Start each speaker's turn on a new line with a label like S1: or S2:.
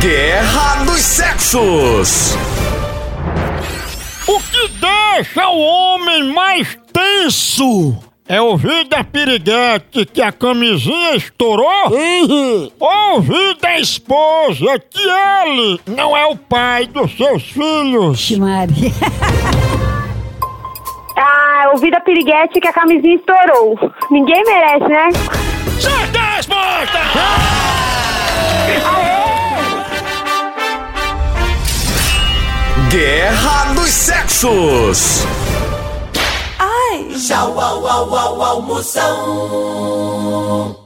S1: Guerra dos Sexos.
S2: O que deixa o homem mais tenso é ouvir da piriguete que a camisinha estourou, ouvir da esposa que ele não é o pai dos seus filhos.
S3: Vixe, Maria.
S4: Ah, ouvi da piriguete que a camisinha estourou. Ninguém merece, né?
S2: Certa a resposta!
S1: Guerra dos Sexos.
S5: Tchau, au, au, au, almoção.